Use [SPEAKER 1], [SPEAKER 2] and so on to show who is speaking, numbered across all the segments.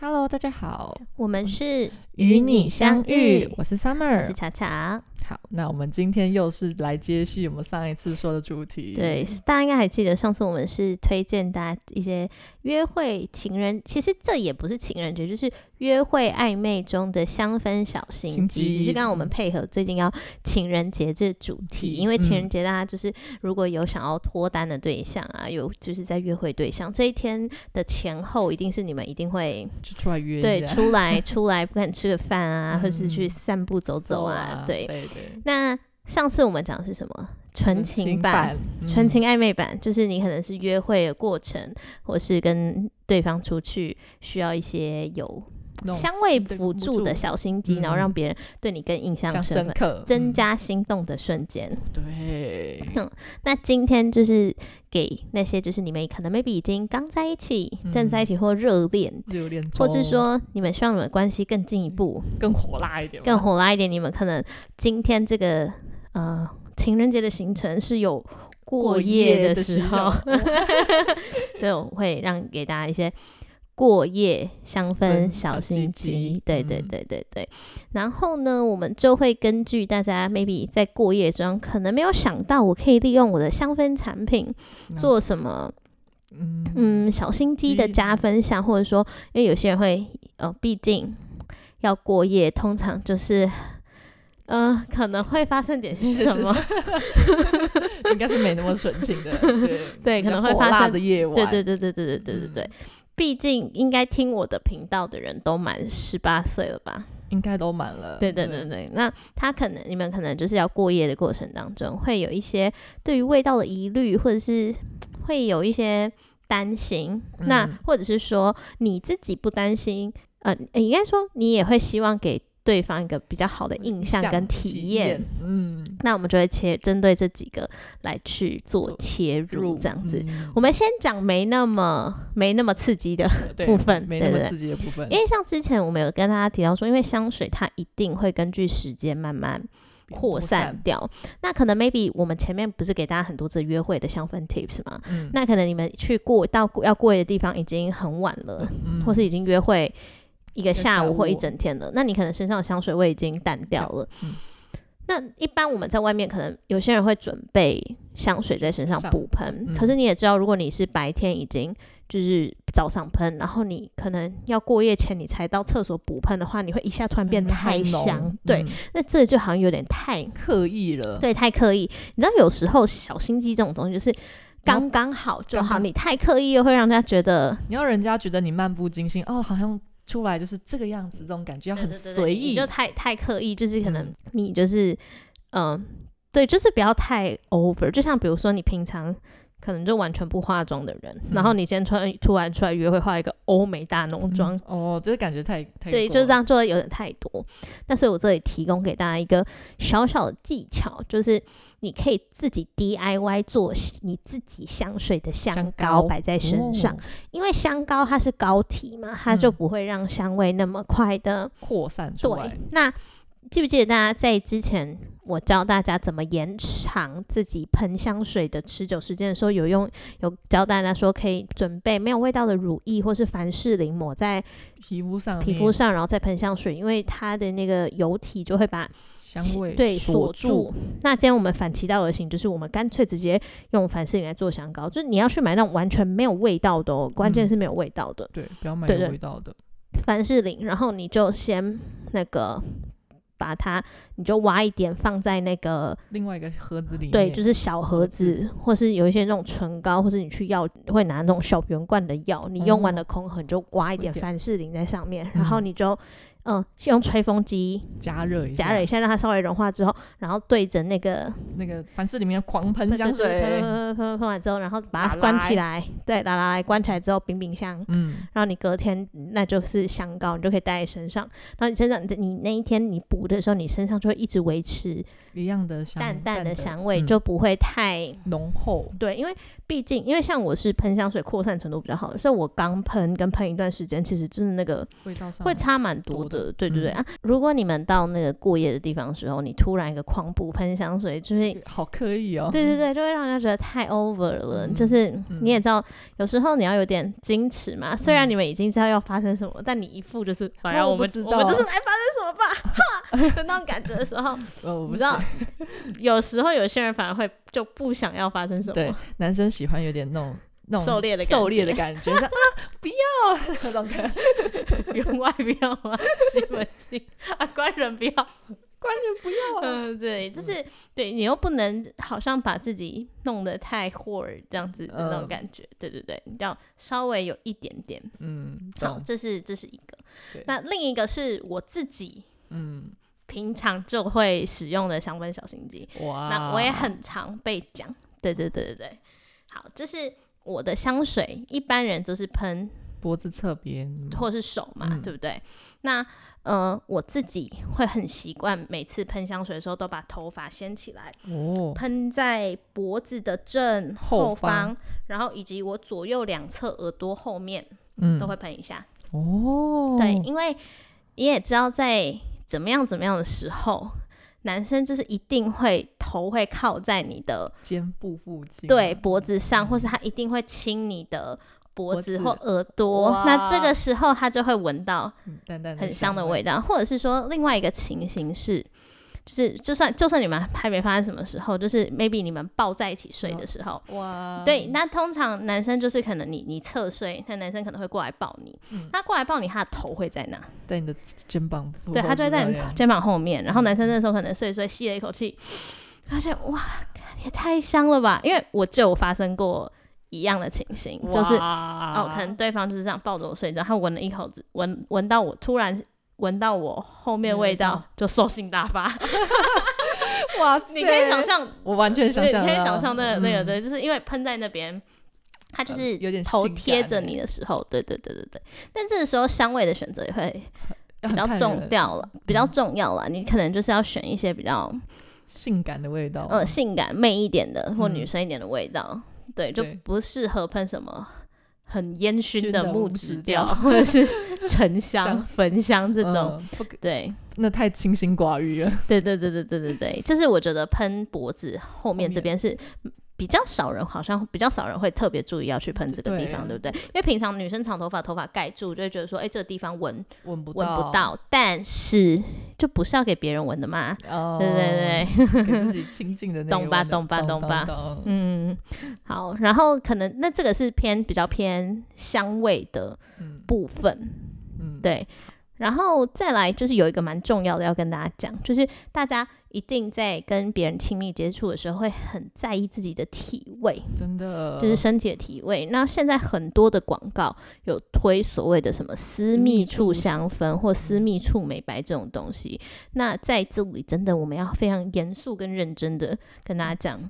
[SPEAKER 1] Hello，大家好，
[SPEAKER 2] 我们是
[SPEAKER 1] 与你相遇，我是
[SPEAKER 2] 我是
[SPEAKER 1] Summer。
[SPEAKER 2] 查查。
[SPEAKER 1] 好，那我们今天又是来接续我们上一次说的主题。
[SPEAKER 2] 对，大家应该还记得上次我们是推荐大家一些约会情人，其实这也不是情人节，就是约会暧昧中的香氛小心
[SPEAKER 1] 心
[SPEAKER 2] 机。
[SPEAKER 1] 机
[SPEAKER 2] 只是刚刚我们配合最近要情人节这主题，嗯因为情人节大家就是如果有想要脱单的对象啊，有就是在约会对象这一天的前后，一定是你们一定会
[SPEAKER 1] 就出来约
[SPEAKER 2] 对
[SPEAKER 1] 一下
[SPEAKER 2] 出来出来，不敢吃个饭啊，或是去
[SPEAKER 1] 嗯
[SPEAKER 2] 散步走走啊，对。
[SPEAKER 1] 对对，
[SPEAKER 2] 那上次我们讲的是什么？纯情版、
[SPEAKER 1] 嗯
[SPEAKER 2] 纯情暧昧版，就是你可能是约会的过程，或是跟对方出去需要一些有
[SPEAKER 1] 那种
[SPEAKER 2] 香味
[SPEAKER 1] 对
[SPEAKER 2] 辅助的小心机，
[SPEAKER 1] 嗯
[SPEAKER 2] 然后让别人对嗯你更印象
[SPEAKER 1] 像
[SPEAKER 2] 深
[SPEAKER 1] 深
[SPEAKER 2] 刻。
[SPEAKER 1] 刻，
[SPEAKER 2] 增加心动的瞬间。
[SPEAKER 1] 嗯对，
[SPEAKER 2] 那今天就是给那些就是你们可能 maybe 已经刚在一起、正在一起或热恋，
[SPEAKER 1] 热恋中，
[SPEAKER 2] 或是说你们希望你们关系更进一步，
[SPEAKER 1] 更火辣一点吧，
[SPEAKER 2] 更火辣一点，你们可能今天这个呃情人节的行程是有过夜的时候， 所以我会让给大家一些过夜香氛
[SPEAKER 1] 嗯
[SPEAKER 2] 小
[SPEAKER 1] 小
[SPEAKER 2] 心
[SPEAKER 1] 心
[SPEAKER 2] 机
[SPEAKER 1] 机。
[SPEAKER 2] 对对
[SPEAKER 1] 嗯
[SPEAKER 2] 对对对。然后呢，我们就会根据大家 maybe 在过夜中可能没有想到，我可以利用我的香氛产品
[SPEAKER 1] 嗯
[SPEAKER 2] 做什么。
[SPEAKER 1] 嗯
[SPEAKER 2] 嗯，小心机的
[SPEAKER 1] 嗯
[SPEAKER 2] 加分项，或者说，因为有些人会，呃，毕竟要过夜，通常就是，呃，可能会发生点些
[SPEAKER 1] 是
[SPEAKER 2] 什么，
[SPEAKER 1] 应该是没那么纯情的，对
[SPEAKER 2] 对可能会
[SPEAKER 1] 比较火
[SPEAKER 2] 发
[SPEAKER 1] 辣
[SPEAKER 2] 生
[SPEAKER 1] 的夜晚，嗯
[SPEAKER 2] 对对对对对对对对对，毕竟应该听我的频道的人都满十八岁了吧？
[SPEAKER 1] 应该都满了，
[SPEAKER 2] 对对对对，那他可能你们可能就是要过夜的过程当中，会有一些对于味道的疑虑，或者是会有一些担心。那
[SPEAKER 1] 嗯
[SPEAKER 2] 或者是说你自己不担心，呃，诶应该说你也会希望给对方一个比较好的印象跟体验。，
[SPEAKER 1] 嗯，
[SPEAKER 2] 那我们就会切针对这几个来去做
[SPEAKER 1] 做
[SPEAKER 2] 切入，
[SPEAKER 1] 入
[SPEAKER 2] 这样子。
[SPEAKER 1] 嗯
[SPEAKER 2] 我们先讲没那么没那么刺激的，
[SPEAKER 1] 对
[SPEAKER 2] 部分
[SPEAKER 1] 没
[SPEAKER 2] 对
[SPEAKER 1] 那么
[SPEAKER 2] 对
[SPEAKER 1] 刺激的部分，
[SPEAKER 2] 因为像之前我们有跟大家提到说，因为香水它一定会根据时间慢慢扩散，掉。那可能 maybe 我们前面不是给大家很多次约会的香氛 tips 吗？
[SPEAKER 1] 嗯，
[SPEAKER 2] 那可能你们去过到要过夜的地方已经很晚了，
[SPEAKER 1] 嗯
[SPEAKER 2] 或是已经约会一个下
[SPEAKER 1] 下
[SPEAKER 2] 午
[SPEAKER 1] 午
[SPEAKER 2] 或一整天了，那你可能身上的香水味已经淡掉了。
[SPEAKER 1] 嗯
[SPEAKER 2] 那一般我们在外面可能有些人会准备香水在身上
[SPEAKER 1] 上
[SPEAKER 2] 补喷，
[SPEAKER 1] 嗯
[SPEAKER 2] 可是你也知道，如果你是白天已经就是早上喷，然后你可能要过夜前你才到厕所补喷的话，你会一下突然变
[SPEAKER 1] 因为太
[SPEAKER 2] 太
[SPEAKER 1] 浓
[SPEAKER 2] 香，对，
[SPEAKER 1] 嗯
[SPEAKER 2] 那这就好像有点太
[SPEAKER 1] 刻意了，
[SPEAKER 2] 对，太刻意。你知道，有时候小心机这种东西就是
[SPEAKER 1] 然后
[SPEAKER 2] 刚刚好就
[SPEAKER 1] 刚
[SPEAKER 2] 好，
[SPEAKER 1] 刚
[SPEAKER 2] 你太刻意又会让人家觉得
[SPEAKER 1] 你要人家觉得你漫不经心，哦，好像出来就是这个样子，这种感觉要很随
[SPEAKER 2] 你
[SPEAKER 1] 意
[SPEAKER 2] 就，太太刻意，就是可能
[SPEAKER 1] 嗯
[SPEAKER 2] 你就是嗯、呃对，就是不要太 over。就像比如说，你平常可能就完全不化妆的人，然后你今天穿突然出来约会化一个欧美大浓
[SPEAKER 1] 嗯
[SPEAKER 2] 妆。
[SPEAKER 1] 哦，就是感觉太太
[SPEAKER 2] 对，
[SPEAKER 1] 过
[SPEAKER 2] 就是这
[SPEAKER 1] 了，
[SPEAKER 2] 样做得有点太多。那所以我这里提供给大家一个小小的技巧，就是你可以自己 DIY 做你自己香水的香
[SPEAKER 1] 香
[SPEAKER 2] 膏
[SPEAKER 1] 膏
[SPEAKER 2] 摆在身上，
[SPEAKER 1] 哦
[SPEAKER 2] 因为香膏它是膏体嘛，它就
[SPEAKER 1] 嗯
[SPEAKER 2] 不会让香味那么快的。
[SPEAKER 1] 扩散出来
[SPEAKER 2] 对，，那记不记得大家在之前我教大家怎么延长自己喷香水的持久时间的时候，有用有教大家说可以准备没有味道的乳液或是凡士林抹在
[SPEAKER 1] 皮肤上
[SPEAKER 2] 皮
[SPEAKER 1] 面
[SPEAKER 2] 肤上，然后再喷香水，因为它的那个油体就会把
[SPEAKER 1] 香味
[SPEAKER 2] 对
[SPEAKER 1] 锁
[SPEAKER 2] 锁住。。那今天我们反其道而行，就是我们干脆直接用凡士林来做香膏，就是你要去买那种完全没有味道的哦，关键
[SPEAKER 1] 嗯
[SPEAKER 2] 是没有味道的
[SPEAKER 1] 对，不要买
[SPEAKER 2] 对
[SPEAKER 1] 有
[SPEAKER 2] 对
[SPEAKER 1] 味道的，
[SPEAKER 2] 凡士林，然后你就先那个。把它，你就挖一点放在那个
[SPEAKER 1] 另外一个盒子里面，嗯
[SPEAKER 2] 对，就是是小盒子，或是有一些那种唇膏，或是你去药会拿那种小圆罐的药，你用完
[SPEAKER 1] 哦
[SPEAKER 2] 了空盒，你就挖一
[SPEAKER 1] 一
[SPEAKER 2] 点
[SPEAKER 1] 点
[SPEAKER 2] 凡士林在上面，然后
[SPEAKER 1] 嗯
[SPEAKER 2] 你就嗯，先用吹风机
[SPEAKER 1] 加热一下，
[SPEAKER 2] 加热一下，让它稍微融化之后，然后对着那个
[SPEAKER 1] 那个凡士林里面狂喷
[SPEAKER 2] 喷
[SPEAKER 1] 香水，
[SPEAKER 2] 喷喷喷喷完之后，然后把它
[SPEAKER 1] 拿
[SPEAKER 2] 关
[SPEAKER 1] 来
[SPEAKER 2] 起来，对，拿来关起来之后饼饼香，
[SPEAKER 1] 嗯，
[SPEAKER 2] 然后你隔天那就是香膏，你就可以带在身上。然后你身上你那一天你补的时候，你身上就会一直维持
[SPEAKER 1] 一样的香，
[SPEAKER 2] 淡淡的香味，
[SPEAKER 1] 嗯
[SPEAKER 2] 就不会太。
[SPEAKER 1] 浓厚，
[SPEAKER 2] 对，因为毕竟，因为像我是喷香水扩散程度比较好的，所以我刚喷跟喷一段时间，其实真的那个
[SPEAKER 1] 味道上
[SPEAKER 2] 会差蛮多
[SPEAKER 1] 多
[SPEAKER 2] 的，对对对、
[SPEAKER 1] 嗯
[SPEAKER 2] 啊！如果你们到那个过夜的地方的时候，你突然一个狂补喷香水，就会
[SPEAKER 1] 好刻意哦。
[SPEAKER 2] 对对对，就会让人家觉得太 over 了。
[SPEAKER 1] 嗯
[SPEAKER 2] 就是
[SPEAKER 1] 嗯
[SPEAKER 2] 你也知道，有时候你要有点矜持嘛。虽然
[SPEAKER 1] 嗯
[SPEAKER 2] 你们已经知道要发生什么，但你一副就是来啊，
[SPEAKER 1] 我
[SPEAKER 2] 我们
[SPEAKER 1] 不知
[SPEAKER 2] 我们
[SPEAKER 1] 道
[SPEAKER 2] 就是来发生什么吧哈的那种感觉的 时候，
[SPEAKER 1] 呃，我
[SPEAKER 2] 你
[SPEAKER 1] 不是
[SPEAKER 2] 知道，有时候有些人反而会就不想要发生什
[SPEAKER 1] 对
[SPEAKER 2] 么。
[SPEAKER 1] 男生喜欢有点那种那种
[SPEAKER 2] 狩猎的感
[SPEAKER 1] 狩猎
[SPEAKER 2] 觉
[SPEAKER 1] 的感觉， 像啊不要那种感觉，
[SPEAKER 2] 员外不要啊，西门庆啊，官人不要。
[SPEAKER 1] 官人不要啊。
[SPEAKER 2] 嗯，对，就是对你又不能好像把自己弄得太 whore 这样子的那种
[SPEAKER 1] 嗯
[SPEAKER 2] 感觉，对对对，要稍微有一点点。
[SPEAKER 1] 嗯，
[SPEAKER 2] 好，
[SPEAKER 1] 懂。
[SPEAKER 2] 这是这是一个
[SPEAKER 1] 对。
[SPEAKER 2] 那另一个是我自己
[SPEAKER 1] 嗯，
[SPEAKER 2] 平常就会使用的香氛小心机，
[SPEAKER 1] 哇，
[SPEAKER 2] 那我也很常被讲。对对对对对，好，这是我的香水，一般人都是喷
[SPEAKER 1] 脖子侧边
[SPEAKER 2] 或是手嘛，
[SPEAKER 1] 嗯
[SPEAKER 2] 对不对？那呃，我自己会很习惯，每次喷香水的时候都把头发掀起来，
[SPEAKER 1] 哦，
[SPEAKER 2] 喷在脖子的正
[SPEAKER 1] 后
[SPEAKER 2] 后方，
[SPEAKER 1] 方
[SPEAKER 2] 然后以及我左右两侧耳朵后面
[SPEAKER 1] 嗯
[SPEAKER 2] 都会喷一下。
[SPEAKER 1] 哦，
[SPEAKER 2] 对，因为你也知道，在怎么样怎么样的时候，男生就是一定会头会靠在你的
[SPEAKER 1] 肩部附近，
[SPEAKER 2] 对，脖子上，或是他一定会亲你的。脖
[SPEAKER 1] 嗯脖
[SPEAKER 2] 子
[SPEAKER 1] 子
[SPEAKER 2] 或耳朵，
[SPEAKER 1] 哇
[SPEAKER 2] 那这个时候他就会闻到
[SPEAKER 1] 嗯淡淡
[SPEAKER 2] 很香的
[SPEAKER 1] 味，
[SPEAKER 2] 味道，或者是说另外一个情形是，就是就算就算你们还没发生什么时候，就是 maybe 你们抱在一起睡
[SPEAKER 1] 嗯
[SPEAKER 2] 的时候，
[SPEAKER 1] 哇，
[SPEAKER 2] 对，那通常男生就是可能你你侧睡，那男生可能会过来抱你，
[SPEAKER 1] 嗯
[SPEAKER 2] 他过来抱你，他的头会在那，
[SPEAKER 1] 在你的肩膀附后面
[SPEAKER 2] 对
[SPEAKER 1] 这样，
[SPEAKER 2] 他就会在你肩膀后面，
[SPEAKER 1] 嗯
[SPEAKER 2] 然后男生那时候可能睡一睡吸了一口气，发现哇，也太香了吧，因为我就有发生过一样的情形，就是哦
[SPEAKER 1] 哦，
[SPEAKER 2] 可能对方就是这样抱着我睡着，他闻了一口子，闻闻到我突然闻到我后面
[SPEAKER 1] 你的
[SPEAKER 2] 味
[SPEAKER 1] 味道
[SPEAKER 2] 道，就兽性 大发。
[SPEAKER 1] 哇，
[SPEAKER 2] 你可以想，象，
[SPEAKER 1] 我完全
[SPEAKER 2] 对
[SPEAKER 1] 想象
[SPEAKER 2] 你
[SPEAKER 1] 得到，
[SPEAKER 2] 可以想象那个那个
[SPEAKER 1] 嗯
[SPEAKER 2] 对，就是因为喷在那边，它就
[SPEAKER 1] 呃
[SPEAKER 2] 是
[SPEAKER 1] 有点
[SPEAKER 2] 头
[SPEAKER 1] 性
[SPEAKER 2] 贴
[SPEAKER 1] 感
[SPEAKER 2] 着
[SPEAKER 1] 欸
[SPEAKER 2] 你的时候，对对对对对。但这个时候香味的选择也会
[SPEAKER 1] 要
[SPEAKER 2] 比
[SPEAKER 1] 很
[SPEAKER 2] 较
[SPEAKER 1] 看
[SPEAKER 2] 重
[SPEAKER 1] 人嗯
[SPEAKER 2] 调了，比较重要了。你可能就是要选一些比较
[SPEAKER 1] 性感的味道，
[SPEAKER 2] 呃性感媚一点的或
[SPEAKER 1] 哦嗯
[SPEAKER 2] 女生一点的味道，对，就
[SPEAKER 1] 对
[SPEAKER 2] 不适合喷什么很烟熏
[SPEAKER 1] 熏
[SPEAKER 2] 的
[SPEAKER 1] 的
[SPEAKER 2] 木
[SPEAKER 1] 木
[SPEAKER 2] 质
[SPEAKER 1] 质
[SPEAKER 2] 调
[SPEAKER 1] 调
[SPEAKER 2] 或者是沉香、
[SPEAKER 1] 香
[SPEAKER 2] 焚香这种。
[SPEAKER 1] 嗯不可
[SPEAKER 2] 对
[SPEAKER 1] 那太清心寡欲了，
[SPEAKER 2] 对对对对对对对，就是我觉得喷脖子后面这
[SPEAKER 1] 面
[SPEAKER 2] 边是。比较少人好像比较少人会特别注意要去喷这个地
[SPEAKER 1] 对
[SPEAKER 2] 方，对不对？因为平常女生长头发，头发盖住就会觉得说，哎、这个地方闻
[SPEAKER 1] 闻不
[SPEAKER 2] 闻
[SPEAKER 1] 到，
[SPEAKER 2] 不，到，但是就不是要给别人闻的嘛。
[SPEAKER 1] 哦，
[SPEAKER 2] 对对对，
[SPEAKER 1] 对，给自己亲近的那个
[SPEAKER 2] 懂吧
[SPEAKER 1] 味道
[SPEAKER 2] 懂吧
[SPEAKER 1] 懂
[SPEAKER 2] 懂吧
[SPEAKER 1] 懂
[SPEAKER 2] 嗯，好，然后可能那这个是偏比较偏香味的
[SPEAKER 1] 嗯
[SPEAKER 2] 部分，
[SPEAKER 1] 嗯，
[SPEAKER 2] 对。然后再来就是有一个蛮重要的要跟大家讲，就是大家一定在跟别人亲密接触的时候会很在意自己的体味，
[SPEAKER 1] 真的
[SPEAKER 2] 就是身体的体味。那现在很多的广告有推所谓的什么私密处香氛嗯或私密处美白这种东西，那在这里真的我们要非常严肃跟认真的跟大家讲，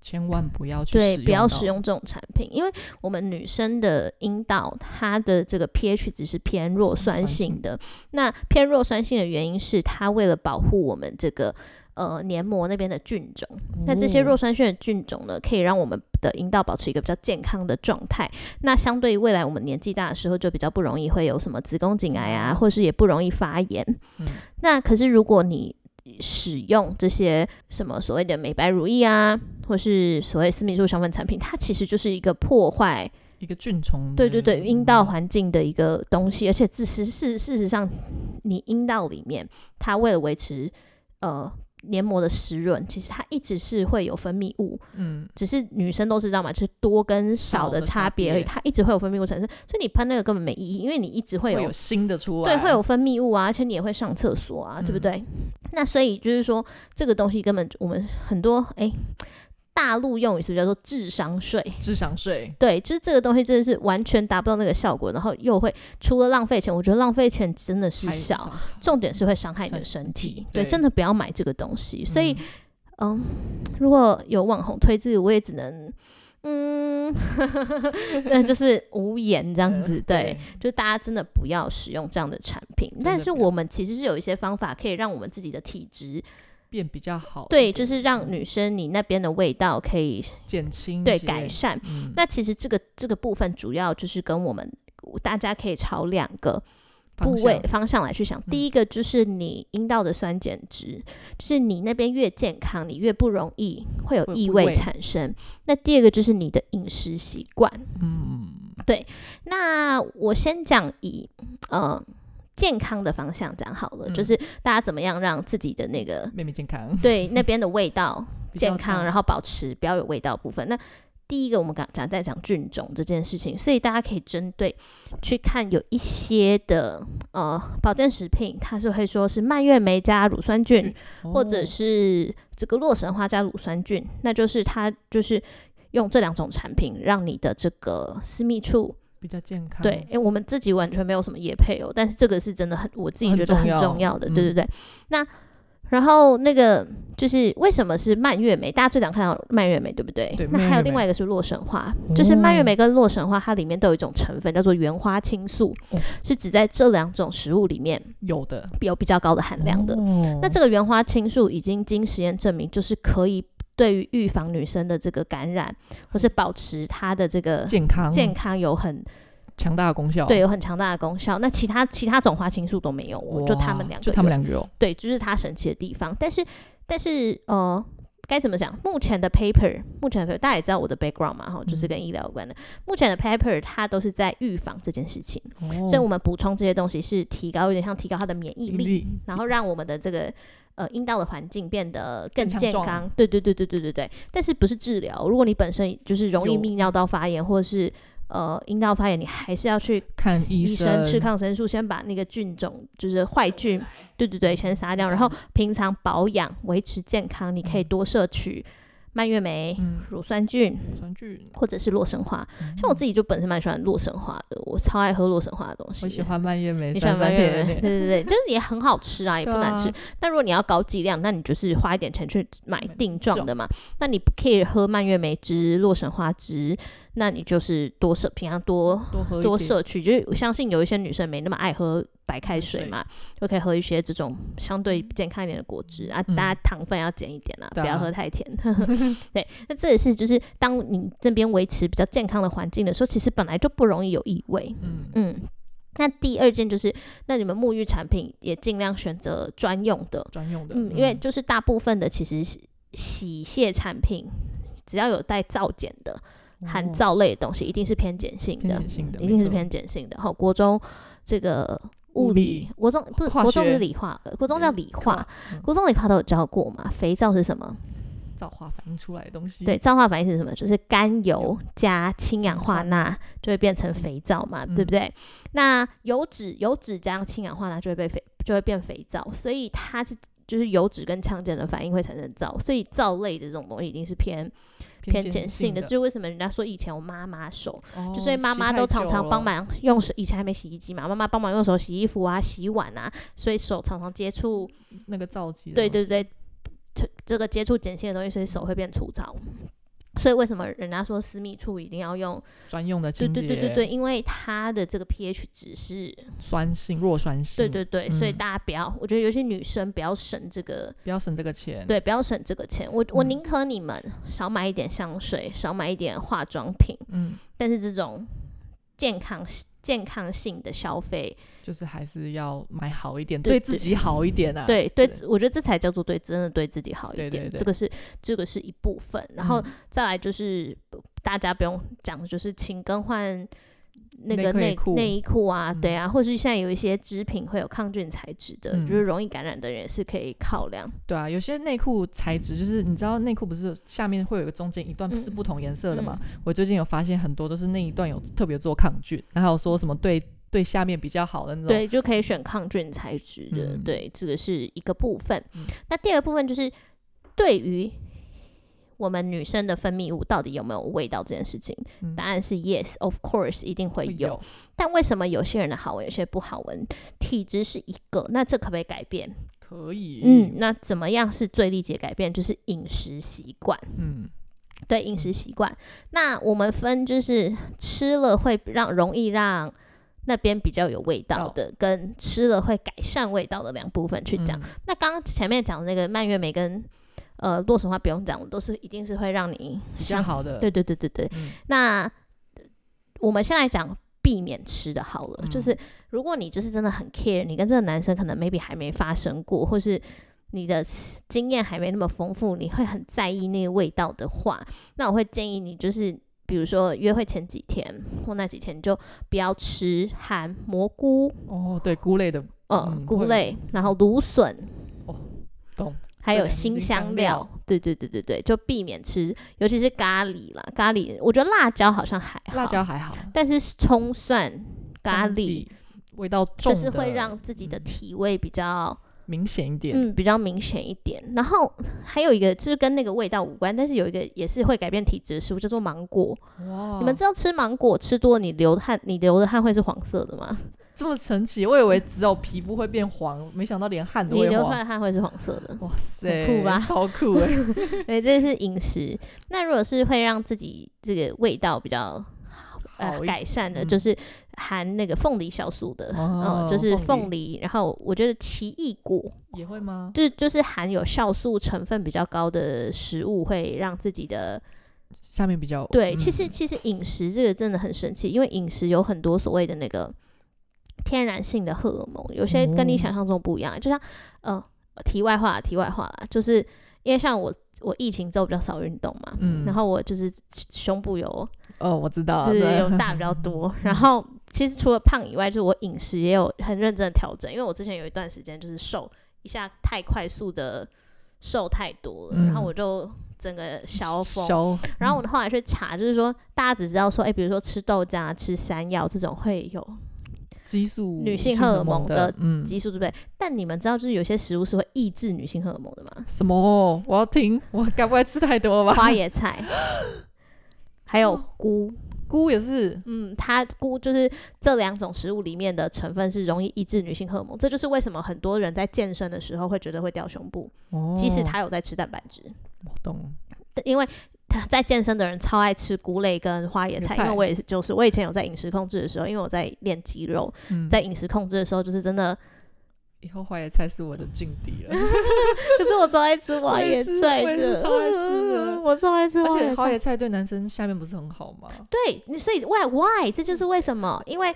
[SPEAKER 1] 千万不要去
[SPEAKER 2] 对，
[SPEAKER 1] 使
[SPEAKER 2] 不要
[SPEAKER 1] 到
[SPEAKER 2] 使用这种产品，因为我们女生的阴道它的这个 pH 值是偏弱酸
[SPEAKER 1] 酸
[SPEAKER 2] 性
[SPEAKER 1] 性
[SPEAKER 2] 的。那偏弱酸性的原因是它为了保护我们这个呃黏膜那边的菌种，那这些
[SPEAKER 1] 哦
[SPEAKER 2] 弱酸性的菌种呢，可以让我们的阴道保持一个比较健康的状态。那相对于未来我们年纪大的时候，就比较不容易会有什么子宫颈癌啊，或是也不容易发炎。
[SPEAKER 1] 嗯
[SPEAKER 2] 那可是如果你使用这些什么所谓的美白乳液啊，或是所谓私密处香氛产品，它其实就是一个破坏，
[SPEAKER 1] 一个菌虫，嗯
[SPEAKER 2] 对对对，阴道环境的一个东西，而且事实事事实上，你阴道里面它为了维持呃黏膜的湿润，其实它一直是会有分泌物，
[SPEAKER 1] 嗯，
[SPEAKER 2] 只是女生都知道嘛，就是多跟少
[SPEAKER 1] 少
[SPEAKER 2] 的
[SPEAKER 1] 的差
[SPEAKER 2] 差别而已，
[SPEAKER 1] 别
[SPEAKER 2] 它一直会有分泌物产生，所以你喷那个根本没意义，因为你一直会
[SPEAKER 1] 会
[SPEAKER 2] 有
[SPEAKER 1] 有新的出来，
[SPEAKER 2] 对，会有分泌物啊，而且你也会上厕所啊，对不
[SPEAKER 1] 嗯
[SPEAKER 2] 对？那所以就是说，这个东西根本我们很多哎、大陆用语是不是叫做智商税？
[SPEAKER 1] 智商税，
[SPEAKER 2] 对，就是这个东西真的是完全达不到那个效果，然后又会除了浪费钱，我觉得浪费钱真的是
[SPEAKER 1] 还
[SPEAKER 2] 小，重点是会伤害你的
[SPEAKER 1] 伤
[SPEAKER 2] 身体
[SPEAKER 1] 体。
[SPEAKER 2] 对，
[SPEAKER 1] 对
[SPEAKER 2] 真的不要买这个东西。所以
[SPEAKER 1] 嗯，
[SPEAKER 2] 嗯，如果有网红推这个，我也只能。嗯， 那就是无言这样
[SPEAKER 1] 呃
[SPEAKER 2] 子，对，就是大家真的不要使用这样的产品，
[SPEAKER 1] 的
[SPEAKER 2] 但是
[SPEAKER 1] 不要
[SPEAKER 2] 我们其实是有一些方法可以让我们自己的体质，
[SPEAKER 1] 变比较好一
[SPEAKER 2] 对，
[SPEAKER 1] 点，
[SPEAKER 2] 就是
[SPEAKER 1] 嗯
[SPEAKER 2] 让女生你那边的味道可以
[SPEAKER 1] 减轻一
[SPEAKER 2] 对
[SPEAKER 1] 些
[SPEAKER 2] 改，善。
[SPEAKER 1] 嗯，
[SPEAKER 2] 那其实这个这个部分主要就是跟我们大家可以朝两个部
[SPEAKER 1] 方
[SPEAKER 2] 位
[SPEAKER 1] 向嗯
[SPEAKER 2] 方向来去想。第一个就是你阴道的酸碱值，就是你那边越健康，你越不容易会有
[SPEAKER 1] 会有
[SPEAKER 2] 异
[SPEAKER 1] 异
[SPEAKER 2] 味
[SPEAKER 1] 味
[SPEAKER 2] 产生。那第二个就是你的饮食习惯。
[SPEAKER 1] 嗯，
[SPEAKER 2] 那我先讲以呃健康的方向讲好了，就
[SPEAKER 1] 嗯
[SPEAKER 2] 是大家怎么样让自己的那个
[SPEAKER 1] 妹妹健康，
[SPEAKER 2] 对那边的味道
[SPEAKER 1] 比较
[SPEAKER 2] 健康，
[SPEAKER 1] 大
[SPEAKER 2] 然后保持不要有味道部分。那第一个我们刚讲在讲菌种这件事情，所以大家可以针对去看有一些的呃保健食品，它是会说是蔓越莓加乳酸菌，或者
[SPEAKER 1] 哦
[SPEAKER 2] 是这个洛神花加乳酸菌，那就是它就是用这两种产品让你的这个私密处
[SPEAKER 1] 比较健康，
[SPEAKER 2] 对，因为我们自己完全没有什么业配哦，但是这个是真的很，我自己
[SPEAKER 1] 很
[SPEAKER 2] 觉得很
[SPEAKER 1] 重要
[SPEAKER 2] 重要的，
[SPEAKER 1] 嗯
[SPEAKER 2] 对对对。那然后那个就是为什么是蔓越莓？大家最常看到蔓越莓，对不对？
[SPEAKER 1] 对
[SPEAKER 2] 那
[SPEAKER 1] 蔓
[SPEAKER 2] 还有
[SPEAKER 1] 越
[SPEAKER 2] 另
[SPEAKER 1] 莓
[SPEAKER 2] 外一个是洛神花，就是蔓越
[SPEAKER 1] 哦
[SPEAKER 2] 莓跟洛神花，它里面都有一种成分叫做原花青素，
[SPEAKER 1] 哦
[SPEAKER 2] 是指在这两种食物里面
[SPEAKER 1] 有的
[SPEAKER 2] 有比较高的含量的。
[SPEAKER 1] 哦
[SPEAKER 2] 那这个原花青素已经经实验证明，就是可以对于预防女生的这个感染，或是保持她的这个
[SPEAKER 1] 健康
[SPEAKER 2] 健康有很
[SPEAKER 1] 强大的功效，
[SPEAKER 2] 对，有很强大的功效。那其他其他种花青素都没有哦，
[SPEAKER 1] 哇，
[SPEAKER 2] 就他们两个，
[SPEAKER 1] 就他们两个有，
[SPEAKER 2] 对，就是它神奇的地方。但是，但是呃，该怎么讲？目前的 paper，目前的 paper，大家也知道我的 background 嘛，哈，
[SPEAKER 1] 嗯
[SPEAKER 2] 就是跟医疗有关的。目前的 paper 它都是在预防这件事情，所以我
[SPEAKER 1] 哦
[SPEAKER 2] 们补充这些东西是提高，有点像提高它的免疫
[SPEAKER 1] 引
[SPEAKER 2] 力，
[SPEAKER 1] 力
[SPEAKER 2] 然后让我们的这个。呃，阴道的环境变得更
[SPEAKER 1] 更强
[SPEAKER 2] 健
[SPEAKER 1] 壮
[SPEAKER 2] 康，对对对对对对对。但是不是治疗？如果你本身就是容易
[SPEAKER 1] 有
[SPEAKER 2] 泌尿道发炎，或者是呃阴道发炎，你还是要去
[SPEAKER 1] 看医
[SPEAKER 2] 医
[SPEAKER 1] 生嗯
[SPEAKER 2] 生吃抗生素，先把那个菌种就是坏菌，对对对，
[SPEAKER 1] 嗯
[SPEAKER 2] 先杀掉。然后平常保养维持健康，你可以多摄取蔓越莓、
[SPEAKER 1] 嗯，
[SPEAKER 2] 乳酸菌
[SPEAKER 1] 乳酸菌，
[SPEAKER 2] 或者是洛神花。
[SPEAKER 1] 嗯
[SPEAKER 2] 像我自己就本身蛮喜欢洛神花的，我超爱喝洛神花的东西。
[SPEAKER 1] 我喜欢蔓越莓，
[SPEAKER 2] 你喜欢
[SPEAKER 1] 酸酸
[SPEAKER 2] 蔓越
[SPEAKER 1] 甜
[SPEAKER 2] 莓？对
[SPEAKER 1] 甜的，
[SPEAKER 2] 对对，就是也很好吃啊，也不难吃
[SPEAKER 1] 对。
[SPEAKER 2] 但如果你要高剂量，那你就是花一点钱去买
[SPEAKER 1] 买
[SPEAKER 2] 定状的嘛。那你不 care 喝蔓越莓汁、洛神花汁，那你就是多摄平常多
[SPEAKER 1] 多喝一
[SPEAKER 2] 多
[SPEAKER 1] 点
[SPEAKER 2] 摄取，就是我相信有一些女生没那么爱喝白开水
[SPEAKER 1] 水
[SPEAKER 2] 嘛，就可以喝一些这种相对健康一点的果汁啊，
[SPEAKER 1] 嗯
[SPEAKER 2] 大家糖分要减一点啊，
[SPEAKER 1] 对
[SPEAKER 2] 不要
[SPEAKER 1] 啊
[SPEAKER 2] 喝 太甜。对，那这也是就是当你那边维持比较健康的环境的时候，其实本来就不容易有异味。
[SPEAKER 1] 嗯，
[SPEAKER 2] 嗯，那第二件就是，那你们沐浴产品也尽量选择专用的，
[SPEAKER 1] 专用的，
[SPEAKER 2] 嗯，因为就是大部分的其实洗洗卸产品，只要有带皂碱的。含
[SPEAKER 1] 哦
[SPEAKER 2] 皂类的东西一定是偏碱性的
[SPEAKER 1] 偏，碱性的，
[SPEAKER 2] 一
[SPEAKER 1] 没
[SPEAKER 2] 定是
[SPEAKER 1] 错
[SPEAKER 2] 偏碱性的。好，国中这个物
[SPEAKER 1] 物
[SPEAKER 2] 理
[SPEAKER 1] 理，
[SPEAKER 2] 国中不是
[SPEAKER 1] 化
[SPEAKER 2] 国中
[SPEAKER 1] 学
[SPEAKER 2] 是理化，呃国中叫理化
[SPEAKER 1] 化，嗯
[SPEAKER 2] 国中理化都有教过嘛。肥皂是什么？
[SPEAKER 1] 皂化反应出来的东西，
[SPEAKER 2] 对，皂化反应是什么？就是甘油
[SPEAKER 1] 嗯油嗯
[SPEAKER 2] 加氢氧化钠就会变成肥皂嘛，对不对？那油脂油脂加氢氧化钠就会被肥就会变肥皂，所以它是。就是油脂跟强碱的反应会产生皂，所以皂类的这种东西一定是偏偏碱性的。
[SPEAKER 1] 的
[SPEAKER 2] 这，就是为什么人家说以前我妈妈手
[SPEAKER 1] 哦
[SPEAKER 2] 就所以妈妈都常常帮，忙用手，以前还没洗衣机嘛，妈妈帮忙用手洗衣服啊、洗碗啊，所以手常常接触，
[SPEAKER 1] 洗太久了那个皂基，
[SPEAKER 2] 对，对对，这这个接触碱性的东西，所以手会变粗糙。所以为什么人家说私密处一定要用？
[SPEAKER 1] 专用的
[SPEAKER 2] 对
[SPEAKER 1] 清洁，
[SPEAKER 2] 对对对对，，因为它的这个 pH 值是，
[SPEAKER 1] 酸性弱酸性，
[SPEAKER 2] 对对对，所
[SPEAKER 1] 嗯
[SPEAKER 2] 以大家不要，我觉得尤其女生不要省这个，
[SPEAKER 1] 不要省这个钱，
[SPEAKER 2] 对，不要省这个钱。我我
[SPEAKER 1] 嗯
[SPEAKER 2] 宁可你们少买一点香水，少买一点化妆品，
[SPEAKER 1] 嗯，
[SPEAKER 2] 但是这种健康健康性的消费，
[SPEAKER 1] 就是还是要买好一点，
[SPEAKER 2] 对
[SPEAKER 1] 对自己好一点啊，
[SPEAKER 2] 对对
[SPEAKER 1] 对，
[SPEAKER 2] 自我觉得这才叫做对，真的对自己好一点。
[SPEAKER 1] 对对对嗯
[SPEAKER 2] 这个是这个是一部分，然后再来就是、大家不用讲，就是请更换那个
[SPEAKER 1] 内裤内裤
[SPEAKER 2] 内内衣裤啊，
[SPEAKER 1] 嗯
[SPEAKER 2] 对啊，或是现在有一些织品会有抗菌材质的，
[SPEAKER 1] 嗯
[SPEAKER 2] 就是容易感染的人也是可以考量。
[SPEAKER 1] 对啊，有些内裤材质就是你知道内裤不是下面会有一个中间一段
[SPEAKER 2] 嗯
[SPEAKER 1] 是不同颜色的嘛？我最近有发现很多都是那一段有特别做抗菌，然后有说什么对对下面比较好的那种，
[SPEAKER 2] 对，就可以选抗菌材质的，
[SPEAKER 1] 嗯
[SPEAKER 2] 对，这个是一个部分。
[SPEAKER 1] 嗯
[SPEAKER 2] 那第二个部分就是对于我们女生的分泌物到底有没有味道这件事情，
[SPEAKER 1] 嗯
[SPEAKER 2] 答案是 yes，of course 一定会
[SPEAKER 1] 会
[SPEAKER 2] 有。但为什么有些人的好闻，有些不好闻？体质是一个，那这可不可以改变？
[SPEAKER 1] 可以，
[SPEAKER 2] 嗯，那怎么样是最立即的改变？就是饮食习惯，
[SPEAKER 1] 嗯
[SPEAKER 2] 对饮食习惯。那我们分就是吃了会让容易让那边比较有味道的，跟吃了会改善味道的两部分去讲。
[SPEAKER 1] 嗯
[SPEAKER 2] 那刚刚前面讲的那个蔓越莓跟呃洛神花不用讲，我都是一定是会让你
[SPEAKER 1] 比较好的，
[SPEAKER 2] 对对对对对，
[SPEAKER 1] 嗯
[SPEAKER 2] 那我们先来讲避免吃的好了。就
[SPEAKER 1] 嗯
[SPEAKER 2] 是如果你就是真的很 care，你跟这个男生可能 maybe 还没发生过，或是你的经验还没那么丰富，你会很在意那个味道的话，那我会建议你就是。比如说约会前几天或那几天，你就不要吃含蘑菇、
[SPEAKER 1] 哦，对，菇类的
[SPEAKER 2] 呃
[SPEAKER 1] 嗯
[SPEAKER 2] 菇
[SPEAKER 1] 会哦
[SPEAKER 2] 类，然后芦笋，
[SPEAKER 1] 懂，
[SPEAKER 2] 还
[SPEAKER 1] 对
[SPEAKER 2] 有
[SPEAKER 1] 新
[SPEAKER 2] 新
[SPEAKER 1] 香
[SPEAKER 2] 香
[SPEAKER 1] 料
[SPEAKER 2] 料，对对对对对，就避免吃，尤其是咖喱啦，咖喱，我觉得辣椒好像还好，
[SPEAKER 1] 辣椒，还好，
[SPEAKER 2] 但是葱蒜、咖
[SPEAKER 1] 葱
[SPEAKER 2] 喱
[SPEAKER 1] 底味道重
[SPEAKER 2] 就
[SPEAKER 1] 的，
[SPEAKER 2] 是会让自己的
[SPEAKER 1] 嗯
[SPEAKER 2] 体味比较
[SPEAKER 1] 明显一点。
[SPEAKER 2] 嗯比较明显一点。然后还有一个就是跟那个味道无关，但是有一个也是会改变体质的食物，叫做芒果。
[SPEAKER 1] 哇，
[SPEAKER 2] 你们知道吃芒果吃多你流汗，你流的汗会是黄色的吗？
[SPEAKER 1] 这么神奇，我以为只有皮肤会变黄，没想到连汗都
[SPEAKER 2] 你
[SPEAKER 1] 会
[SPEAKER 2] 流出
[SPEAKER 1] 黄。
[SPEAKER 2] 来的汗会是黄色的。
[SPEAKER 1] 哇塞，
[SPEAKER 2] 很酷吧
[SPEAKER 1] 超酷哎、
[SPEAKER 2] 对，这是饮食。那如果是会让自己这个味道比较 呃
[SPEAKER 1] 好一
[SPEAKER 2] 改善的，
[SPEAKER 1] 嗯
[SPEAKER 2] 就是含那个凤梨酵素的，
[SPEAKER 1] 哦
[SPEAKER 2] 嗯，就是
[SPEAKER 1] 凤
[SPEAKER 2] 凤梨。然后我觉得奇异果，
[SPEAKER 1] 也会吗？
[SPEAKER 2] 就是就是含有酵素成分比较高的食物，会让自己的
[SPEAKER 1] 下面比较
[SPEAKER 2] 对。
[SPEAKER 1] 嗯
[SPEAKER 2] 其实其实饮食这个真的很神奇，因为饮食有很多所谓的那个天然性的荷尔蒙，有些跟你
[SPEAKER 1] 哦
[SPEAKER 2] 想象中不一样。就像呃，题外话，题外话啦，就是因为像我我疫情之后比较少运动嘛，
[SPEAKER 1] 嗯
[SPEAKER 2] 然后我就是胸部有
[SPEAKER 1] 哦，我知道，
[SPEAKER 2] 就是
[SPEAKER 1] 对
[SPEAKER 2] 有大比较 多，然后其实除了胖以外，就是我饮食也有很认真的调整，因为我之前有一段时间就是瘦一下太快速的瘦太多了，
[SPEAKER 1] 嗯
[SPEAKER 2] 然后我就整个 消风。
[SPEAKER 1] 消嗯
[SPEAKER 2] 然后我后来去查，就是说大家只知道说，哎、比如说吃豆浆、啊、吃山药这种会有
[SPEAKER 1] 激素
[SPEAKER 2] 女性
[SPEAKER 1] 性
[SPEAKER 2] 荷
[SPEAKER 1] 荷
[SPEAKER 2] 尔蒙
[SPEAKER 1] 的
[SPEAKER 2] 的
[SPEAKER 1] 嗯？
[SPEAKER 2] 激素，对不对？但你们知道，就是有些食物是会抑制女性荷尔蒙的吗
[SPEAKER 1] 什么？我要听， 我该不会吃太多吧？
[SPEAKER 2] 花椰菜，还有
[SPEAKER 1] 哦
[SPEAKER 2] 菇，
[SPEAKER 1] 菇也是
[SPEAKER 2] 嗯，它估就是这两种食物里面的成分是容易抑制女性荷尔蒙，这就是为什么很多人在健身的时候会觉得会掉胸部，
[SPEAKER 1] 哦，
[SPEAKER 2] 即使他有在吃蛋白质，
[SPEAKER 1] 我懂
[SPEAKER 2] 但因为他在健身的人超爱吃菇类跟花椰菜，
[SPEAKER 1] 菜
[SPEAKER 2] 因为我也是，就是我以前有在饮食控制的时候，因为我在练肌肉，
[SPEAKER 1] 嗯
[SPEAKER 2] 在饮食控制的时候就是真的，
[SPEAKER 1] 以后花椰菜是我的劲敌 了，
[SPEAKER 2] 可是我超爱吃花
[SPEAKER 1] 我也
[SPEAKER 2] 椰
[SPEAKER 1] 是
[SPEAKER 2] 菜
[SPEAKER 1] 我也
[SPEAKER 2] 的，
[SPEAKER 1] 是超爱吃的
[SPEAKER 2] 我超爱吃
[SPEAKER 1] 而
[SPEAKER 2] 花
[SPEAKER 1] 且
[SPEAKER 2] 椰
[SPEAKER 1] 花
[SPEAKER 2] 菜
[SPEAKER 1] 椰。菜对男生下面不是很好吗？
[SPEAKER 2] 对，你所以 why why 这就是为什么，因为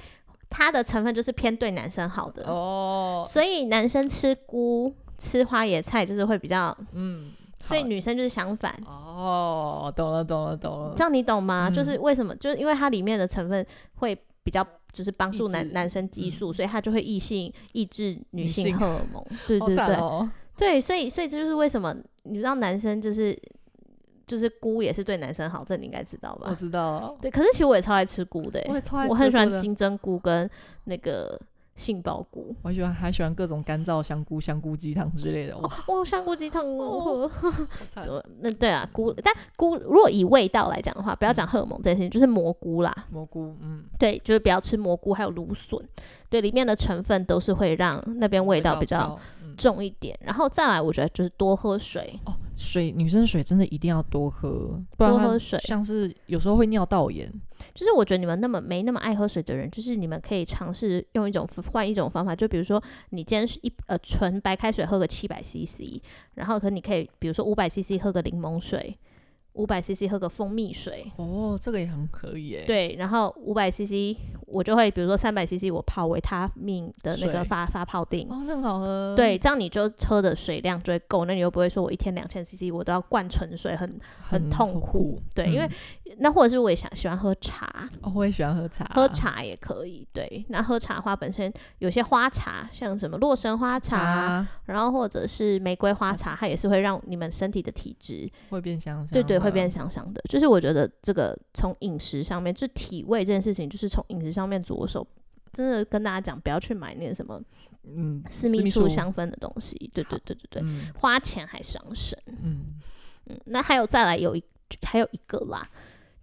[SPEAKER 2] 它的成分就是偏对男生好的
[SPEAKER 1] 哦，
[SPEAKER 2] 所以男生吃菇、吃花椰菜就是会比较，
[SPEAKER 1] 嗯，
[SPEAKER 2] 所以
[SPEAKER 1] 好
[SPEAKER 2] 女生就是相反。
[SPEAKER 1] 哦，懂了，懂了，懂了
[SPEAKER 2] 这。样你懂吗？
[SPEAKER 1] 嗯
[SPEAKER 2] 就是为什么？就是因为它里面的成分会比较，就是帮助
[SPEAKER 1] 抑
[SPEAKER 2] 男
[SPEAKER 1] 制
[SPEAKER 2] 男生激素，所以它就会异性抑制嗯女
[SPEAKER 1] 女
[SPEAKER 2] 性
[SPEAKER 1] 性
[SPEAKER 2] 荷尔蒙。对
[SPEAKER 1] 好
[SPEAKER 2] 对
[SPEAKER 1] 惨
[SPEAKER 2] 对、
[SPEAKER 1] 哦，
[SPEAKER 2] 对，所以所以这就是为什么你知道男生就是就是菇也是对男生好，这你应该知道
[SPEAKER 1] 我
[SPEAKER 2] 吧？
[SPEAKER 1] 知道，
[SPEAKER 2] 对，可是其实我也超爱吃菇的欸、
[SPEAKER 1] 我也超爱吃
[SPEAKER 2] 我很喜欢
[SPEAKER 1] 菇的
[SPEAKER 2] 金针菇跟那个杏鲍菇。
[SPEAKER 1] 我喜欢还喜欢各种干燥香菇、香菇鸡汤之类的，哇，
[SPEAKER 2] 哦，香菇鸡汤
[SPEAKER 1] 哦，
[SPEAKER 2] 哦
[SPEAKER 1] 好惨
[SPEAKER 2] 对，那对啊，菇，但菇如果以味道来讲的话，不要讲荷尔蒙这件事情，就是蘑菇啦，
[SPEAKER 1] 蘑菇，嗯，
[SPEAKER 2] 对，就是不要吃蘑菇，还有芦笋，对，里面的成分都是会让那边味道比较，
[SPEAKER 1] 嗯，
[SPEAKER 2] 重一点。然后再来，我觉得就是多喝水，
[SPEAKER 1] 哦，水，女生水真的一定要多喝，不然
[SPEAKER 2] 多
[SPEAKER 1] 它
[SPEAKER 2] 喝水
[SPEAKER 1] 像是有时候会尿道炎，
[SPEAKER 2] 就是我觉得你们那么没那么爱喝水的人，就是你们可以尝试用一种换一种方法，就比如说你今天是一呃纯白开水喝个七百 CC，然后可你可以比如说五百 CC 喝个柠檬水，五百 CC 喝个蜂蜜水。
[SPEAKER 1] 哦，这个也很可以诶，，
[SPEAKER 2] 对，然后五百 CC 我就会，比如说三百 CC 我泡维他命的那个
[SPEAKER 1] 水
[SPEAKER 2] 发发泡定，
[SPEAKER 1] 哦，那很好喝，
[SPEAKER 2] 对，，这样你就喝的水量就会够，那你又不会说我一天两千 CC 我都要灌纯水，很很痛苦。嗯对，因为那或者是我也想喜欢喝茶，
[SPEAKER 1] 哦，我也喜欢喝茶，
[SPEAKER 2] 喝茶也可以。对，那喝茶的话本身有些花茶，像什么洛神花茶，
[SPEAKER 1] 茶
[SPEAKER 2] 然后或者是玫瑰花茶，它也是会让你们身体的体质
[SPEAKER 1] 会变香香的，
[SPEAKER 2] 对对，会变香香的。就是我觉得这个从饮食上面，就体味这件事情，就是从饮食上面着手。真的跟大家讲，不要去买那个什么
[SPEAKER 1] 嗯，
[SPEAKER 2] 私
[SPEAKER 1] 密
[SPEAKER 2] 密处
[SPEAKER 1] 处
[SPEAKER 2] 香氛的东西。对对对对对，
[SPEAKER 1] 嗯
[SPEAKER 2] 花钱还伤身。
[SPEAKER 1] 嗯，
[SPEAKER 2] 嗯，那还有再来有一还有一个啦，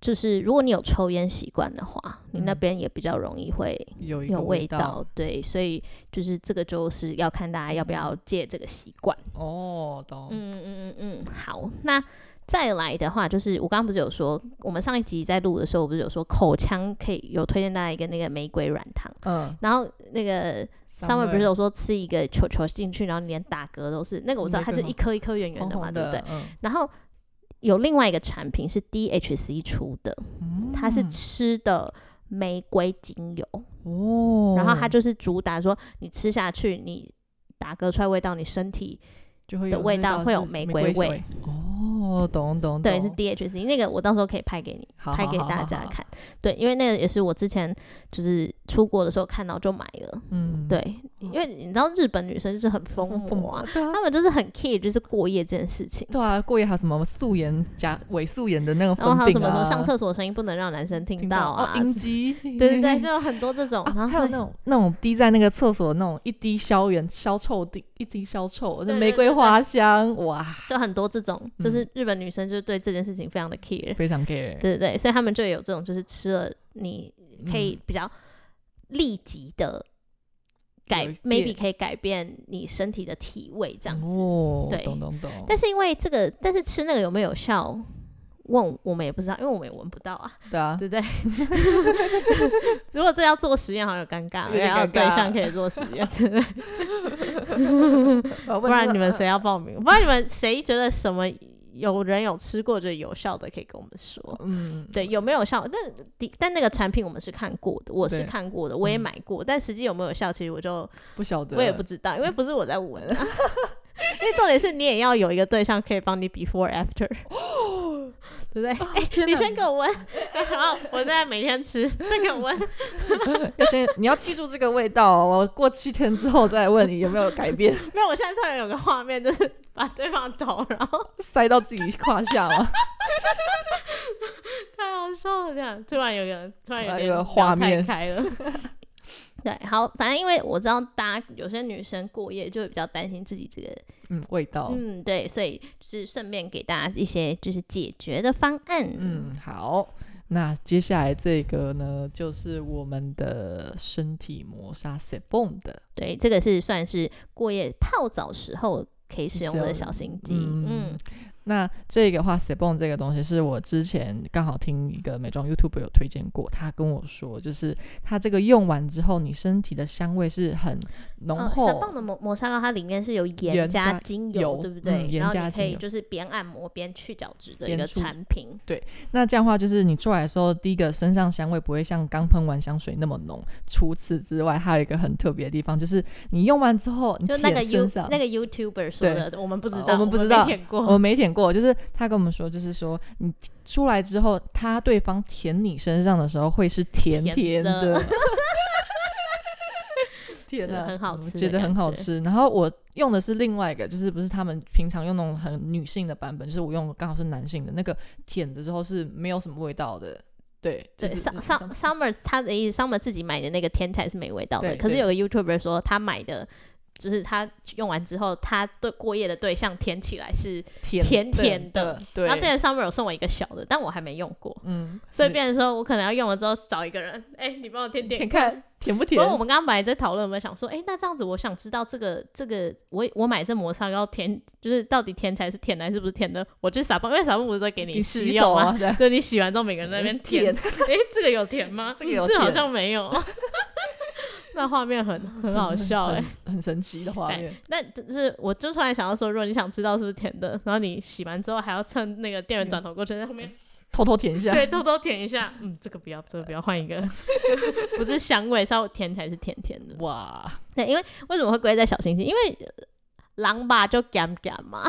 [SPEAKER 2] 就是如果你有抽烟习惯的话，你那
[SPEAKER 1] 嗯
[SPEAKER 2] 边也比较容易会
[SPEAKER 1] 有一
[SPEAKER 2] 有
[SPEAKER 1] 个
[SPEAKER 2] 味
[SPEAKER 1] 道，嗯
[SPEAKER 2] 对，所以就是这个就是要看大家要不要戒这个习惯。
[SPEAKER 1] 哦，懂，
[SPEAKER 2] 嗯嗯嗯嗯，好，那再来的话，就是我刚刚不是有说，我们上一集在录的时候，我不是有说口腔可以有推荐大家一个那个玫瑰软糖，
[SPEAKER 1] 嗯，
[SPEAKER 2] 然后那个 Summer 不是有说吃一个球球进去，然后你连打嗝都是那个我知道，
[SPEAKER 1] 玫
[SPEAKER 2] 它
[SPEAKER 1] 瑰
[SPEAKER 2] 就一
[SPEAKER 1] 吗
[SPEAKER 2] 颗一颗圆圆
[SPEAKER 1] 红
[SPEAKER 2] 的嘛，
[SPEAKER 1] 红
[SPEAKER 2] 对不对
[SPEAKER 1] 的，？嗯
[SPEAKER 2] 然后有另外一个产品是 DHC 出的，它是
[SPEAKER 1] 嗯
[SPEAKER 2] 吃的玫瑰精油，
[SPEAKER 1] 哦，
[SPEAKER 2] 然后它就是主打说你吃下去，你打嗝出来味道，你身体
[SPEAKER 1] 就会
[SPEAKER 2] 的
[SPEAKER 1] 有
[SPEAKER 2] 味
[SPEAKER 1] 那
[SPEAKER 2] 道
[SPEAKER 1] 道是
[SPEAKER 2] 会有玫
[SPEAKER 1] 瑰
[SPEAKER 2] 瑰味
[SPEAKER 1] 味。哦，懂懂懂，
[SPEAKER 2] 对，是 DHC 那个，我到时候可以拍给你，
[SPEAKER 1] 好
[SPEAKER 2] 拍
[SPEAKER 1] 好
[SPEAKER 2] 给
[SPEAKER 1] 好
[SPEAKER 2] 大
[SPEAKER 1] 好
[SPEAKER 2] 家
[SPEAKER 1] 好
[SPEAKER 2] 看。对，因为那个也是我之前就是出国的时候看到就买了。
[SPEAKER 1] 嗯，
[SPEAKER 2] 对，因为你知道日本女生就是很疯魔啊，
[SPEAKER 1] 对啊，
[SPEAKER 2] 她们就是很 care 就是过夜这件事情，
[SPEAKER 1] 对啊，过夜还有什么素颜加伪素颜的那个、啊，
[SPEAKER 2] 然后还有什么什么上厕所的声音不能让男生听
[SPEAKER 1] 听
[SPEAKER 2] 到
[SPEAKER 1] 到
[SPEAKER 2] 啊
[SPEAKER 1] 哦，，音机，
[SPEAKER 2] 对对对，就有很多这种，
[SPEAKER 1] 啊
[SPEAKER 2] 然后
[SPEAKER 1] 还有
[SPEAKER 2] 所以
[SPEAKER 1] 那种那种滴在那个厕所的那种一滴消炎消臭滴一滴消臭，
[SPEAKER 2] 对
[SPEAKER 1] 那
[SPEAKER 2] 对
[SPEAKER 1] 玫瑰
[SPEAKER 2] 对对
[SPEAKER 1] 花香哇，
[SPEAKER 2] 就很多这种，
[SPEAKER 1] 嗯
[SPEAKER 2] 就是日本女生就对这件事情非常的 care，、
[SPEAKER 1] 非常 care，
[SPEAKER 2] 对对对，所以他们就有这种就是吃了你
[SPEAKER 1] 嗯
[SPEAKER 2] 可以比较立即的改、
[SPEAKER 1] 有一点
[SPEAKER 2] m a y b e 可以改变你身体的体味
[SPEAKER 1] 这
[SPEAKER 2] 这样子。
[SPEAKER 1] 哦，
[SPEAKER 2] 对
[SPEAKER 1] 懂懂懂。
[SPEAKER 2] 但是因为这个，但是吃那个有没有效，问我们也不知道，因为我们也闻不到啊，
[SPEAKER 1] 对啊，
[SPEAKER 2] 对不对？如果这要做实验，好像有尴尬，
[SPEAKER 1] 有
[SPEAKER 2] 因为
[SPEAKER 1] 点
[SPEAKER 2] 要有
[SPEAKER 1] 尴
[SPEAKER 2] 对
[SPEAKER 1] 尬
[SPEAKER 2] 象可以做实 验，对不对？
[SPEAKER 1] 不
[SPEAKER 2] 不然你
[SPEAKER 1] 呃
[SPEAKER 2] 们谁要报名？不然你们谁觉得什么有人有吃过觉得有效的，可以跟我们说。
[SPEAKER 1] 嗯，
[SPEAKER 2] 对，有没有效？但的但那个产品我们是看过的，我是
[SPEAKER 1] 对
[SPEAKER 2] 看过的，我也
[SPEAKER 1] 嗯
[SPEAKER 2] 买过，但实际有没有效，其实我就
[SPEAKER 1] 不晓得，
[SPEAKER 2] 我也不知道，因为不是我在闻、 啊。因为重点是你也要有一个对象可以帮你 before after，对不对？哎、
[SPEAKER 1] 天
[SPEAKER 2] 你
[SPEAKER 1] 哪
[SPEAKER 2] 先给我闻， 然后我现在每天吃，再给我闻。
[SPEAKER 1] 要先你要记住这个味道哦，我过七天之后再问你有没有改变，
[SPEAKER 2] 没有，我现在突然有个画面，就是把对方的头，然后
[SPEAKER 1] 塞到自己胯下了。
[SPEAKER 2] 太好笑了，这样突然有个突然有
[SPEAKER 1] 突然
[SPEAKER 2] 点
[SPEAKER 1] 有个
[SPEAKER 2] 聊
[SPEAKER 1] 画
[SPEAKER 2] 太
[SPEAKER 1] 面
[SPEAKER 2] 开 了。 对，好，反正因为我知道大家有些女生过夜就会比较担心自己这个，
[SPEAKER 1] 嗯，味道。
[SPEAKER 2] 嗯，对，所以就是顺便给大家一些就是解决的方案，嗯，
[SPEAKER 1] 嗯，好。那接下来这个呢，就是我们的身体磨砂 s e b o n 的，
[SPEAKER 2] 对，这个是算是过夜泡澡时候可以使用
[SPEAKER 1] 使用
[SPEAKER 2] 的
[SPEAKER 1] 的
[SPEAKER 2] 小心机，
[SPEAKER 1] 嗯
[SPEAKER 2] 嗯，
[SPEAKER 1] 那这个话 s e b o n 这个东西是我之前刚好听一个美妆 YouTube 有推荐过，他跟我说，就是它这个用完之后，你身体的香味是很浓
[SPEAKER 2] 呃
[SPEAKER 1] 厚，
[SPEAKER 2] 散棒的磨磨砂膏它里面是有盐
[SPEAKER 1] 盐
[SPEAKER 2] 加
[SPEAKER 1] 加
[SPEAKER 2] 精
[SPEAKER 1] 油
[SPEAKER 2] 对不对？
[SPEAKER 1] 嗯盐
[SPEAKER 2] 然后
[SPEAKER 1] 加
[SPEAKER 2] 你可以
[SPEAKER 1] 精油
[SPEAKER 2] 就是边按摩边去角质的一
[SPEAKER 1] 边
[SPEAKER 2] 个
[SPEAKER 1] 出
[SPEAKER 2] 产品，
[SPEAKER 1] 那这样的话，就是你做来的时候，第一个身上香味不会像刚喷完香水那么浓。除此之外，还有一个很特别的地方，就是你用完之后，你
[SPEAKER 2] 就那
[SPEAKER 1] 舔
[SPEAKER 2] 个 You
[SPEAKER 1] 身上
[SPEAKER 2] 那个 YouTuber 说
[SPEAKER 1] 对
[SPEAKER 2] 的，我们不知
[SPEAKER 1] 呃
[SPEAKER 2] 道，
[SPEAKER 1] 我们不知
[SPEAKER 2] 没
[SPEAKER 1] 道哦
[SPEAKER 2] 舔
[SPEAKER 1] 我
[SPEAKER 2] 过，
[SPEAKER 1] 没舔过，就是他跟我们说，就是说你出来之后，他对方舔你身上的时候会是甜
[SPEAKER 2] 甜
[SPEAKER 1] 甜
[SPEAKER 2] 的
[SPEAKER 1] 的，甜
[SPEAKER 2] 觉得
[SPEAKER 1] 啊，
[SPEAKER 2] 很好
[SPEAKER 1] 我
[SPEAKER 2] 吃的
[SPEAKER 1] 觉得很
[SPEAKER 2] 感
[SPEAKER 1] 好
[SPEAKER 2] 觉
[SPEAKER 1] 吃。然后我用的是另外一个，就是不是他们平常用那种很女性的版本，就是我用刚好是男性的那个舔的时候是没有什么味道的，对，
[SPEAKER 2] 对
[SPEAKER 1] 就是嗯
[SPEAKER 2] ，Sum Sum Summer 他的意思，Summer 自己买的那个天才是没味道的，
[SPEAKER 1] 对
[SPEAKER 2] 可是
[SPEAKER 1] 对
[SPEAKER 2] 有个 YouTuber 说他买的。就是他用完之后，他对过夜的对象舔起来是，
[SPEAKER 1] 甜
[SPEAKER 2] 甜甜的
[SPEAKER 1] 的，对，
[SPEAKER 2] 然后之前 Summer 有送我一个小的，但我还没用过，
[SPEAKER 1] 嗯，
[SPEAKER 2] 所以
[SPEAKER 1] 你
[SPEAKER 2] 变成说我可能要用了之后找一个人，哎、你帮我舔
[SPEAKER 1] 看
[SPEAKER 2] 舔
[SPEAKER 1] 看甜不
[SPEAKER 2] 不
[SPEAKER 1] 甜
[SPEAKER 2] 过我？们刚刚本来在讨论，我们想说，哎、那这样子，我想知道这个这个，我我买这磨砂膏甜，就是到底甜起来是甜的还是不是甜的？我去撒棒，因为撒棒不是都给
[SPEAKER 1] 你
[SPEAKER 2] 试
[SPEAKER 1] 洗
[SPEAKER 2] 用
[SPEAKER 1] 手
[SPEAKER 2] 吗？
[SPEAKER 1] 啊，对，
[SPEAKER 2] 就你洗完之后，每个人在 那边舔，哎、这个有甜吗？
[SPEAKER 1] 这个
[SPEAKER 2] 嗯
[SPEAKER 1] 有
[SPEAKER 2] 这好
[SPEAKER 1] 甜
[SPEAKER 2] 像没 有。那画面很很好笑哎、
[SPEAKER 1] 很很神奇的画
[SPEAKER 2] 哎
[SPEAKER 1] 面。
[SPEAKER 2] 那就是我就突然想到说，如果你想知道是不是甜的，然后你洗完之后还要趁那个店员转头过去，在后面
[SPEAKER 1] 偷偷舔一下，
[SPEAKER 2] 对偷偷舔一下，嗯，这个不要，这个不要，换一 个，不是香味，稍微甜起来是甜甜的。
[SPEAKER 1] 哇，
[SPEAKER 2] 对，因为为什么会归在小星星？因为呃狼吧就 gam gam 嘛，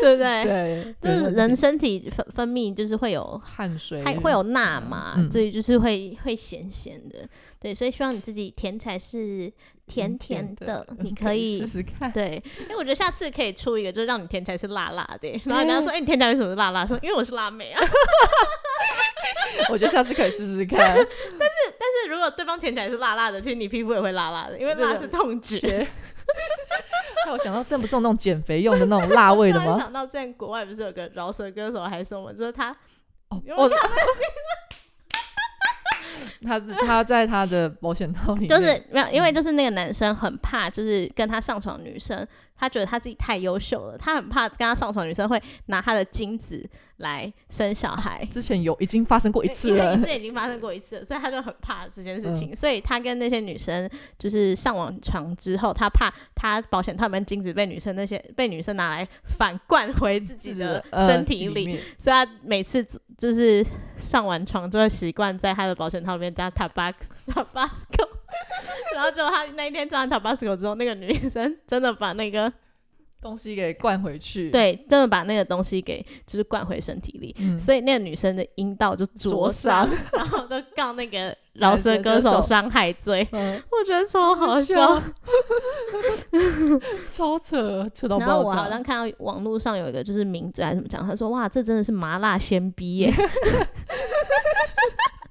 [SPEAKER 2] 对不对？
[SPEAKER 1] 对，
[SPEAKER 2] 就是
[SPEAKER 1] 对
[SPEAKER 2] 哎人身体分分泌就是会有，
[SPEAKER 1] 汗水
[SPEAKER 2] 还会有钠嘛，
[SPEAKER 1] 嗯
[SPEAKER 2] 所以就是会会咸咸的。对，所以希望你自己甜起来是甜甜的，你可以
[SPEAKER 1] 试。试看。
[SPEAKER 2] 对，因为我觉得下次可以出一个，就是让你甜起来是辣辣的、然后人家说：“哎、你甜起来为什么是辣辣？”说：“因为我是辣妹啊。”
[SPEAKER 1] 我觉得下次可以试试看，
[SPEAKER 2] 但 是如果对方甜起来是辣辣的，其实你皮肤也会辣辣的，因为辣
[SPEAKER 1] 对
[SPEAKER 2] 是痛 觉。
[SPEAKER 1] 觉。还有想到，这不是有那种减肥用的那种辣味的
[SPEAKER 2] 突然
[SPEAKER 1] 吗？
[SPEAKER 2] 想到之前国外不是有个饶舌歌手还是什么，就是他
[SPEAKER 1] 哦
[SPEAKER 2] 因为，
[SPEAKER 1] 我 他是他在他的保险套里面，
[SPEAKER 2] 就是没有，因为就是那个男生很怕，就是跟他上床的女生，他觉得他自己太优秀了，他很怕跟他上床的女生会拿他的精子来生小孩。
[SPEAKER 1] 之前有已经发生过一次
[SPEAKER 2] 因为
[SPEAKER 1] 了嗯
[SPEAKER 2] 因为，这已经发生过一次了，所以他就很怕这件事情。所以他跟那些女生就是上完床之后，他怕他保险套里面精子被女生那些被女生拿来反灌回自 己的
[SPEAKER 1] 呃
[SPEAKER 2] 身体里，
[SPEAKER 1] 里面
[SPEAKER 2] 所以他每次就是上完床就会习惯在他的保险套里面加 tabac tabasco，然 后结果他那一天加完 tabasco 之后，那个女生真的把那个
[SPEAKER 1] 东西给灌回去。，
[SPEAKER 2] 对，真的把那个东西给就是灌回身体里，
[SPEAKER 1] 嗯，
[SPEAKER 2] 所以那个女生的阴道就灼
[SPEAKER 1] 灼
[SPEAKER 2] 伤， 然后就告那 个饶舌歌手伤害罪，
[SPEAKER 1] 嗯
[SPEAKER 2] 我觉得超好笑
[SPEAKER 1] 笑。 超扯，扯到
[SPEAKER 2] 然
[SPEAKER 1] 爆
[SPEAKER 2] 后我好
[SPEAKER 1] 炸
[SPEAKER 2] 像。看到网络上有一个就是名嘴还是怎么讲，他说哇，这真的是麻辣鲜逼 耶，